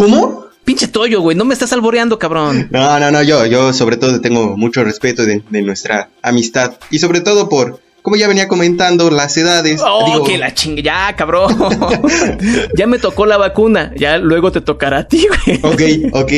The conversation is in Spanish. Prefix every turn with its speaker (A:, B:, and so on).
A: ¿Cómo?
B: Pinche Toyo, güey, no me estás alboreando, cabrón.
A: No, no, no, yo, yo sobre todo tengo mucho respeto de, de nuestra amistad. Y sobre todo por, como ya venía comentando, las edades.
B: Oh,
A: digo,
B: que la chingue, ya, cabrón. ya me tocó la vacuna, ya luego te tocará a ti, güey.
A: Ok, ok.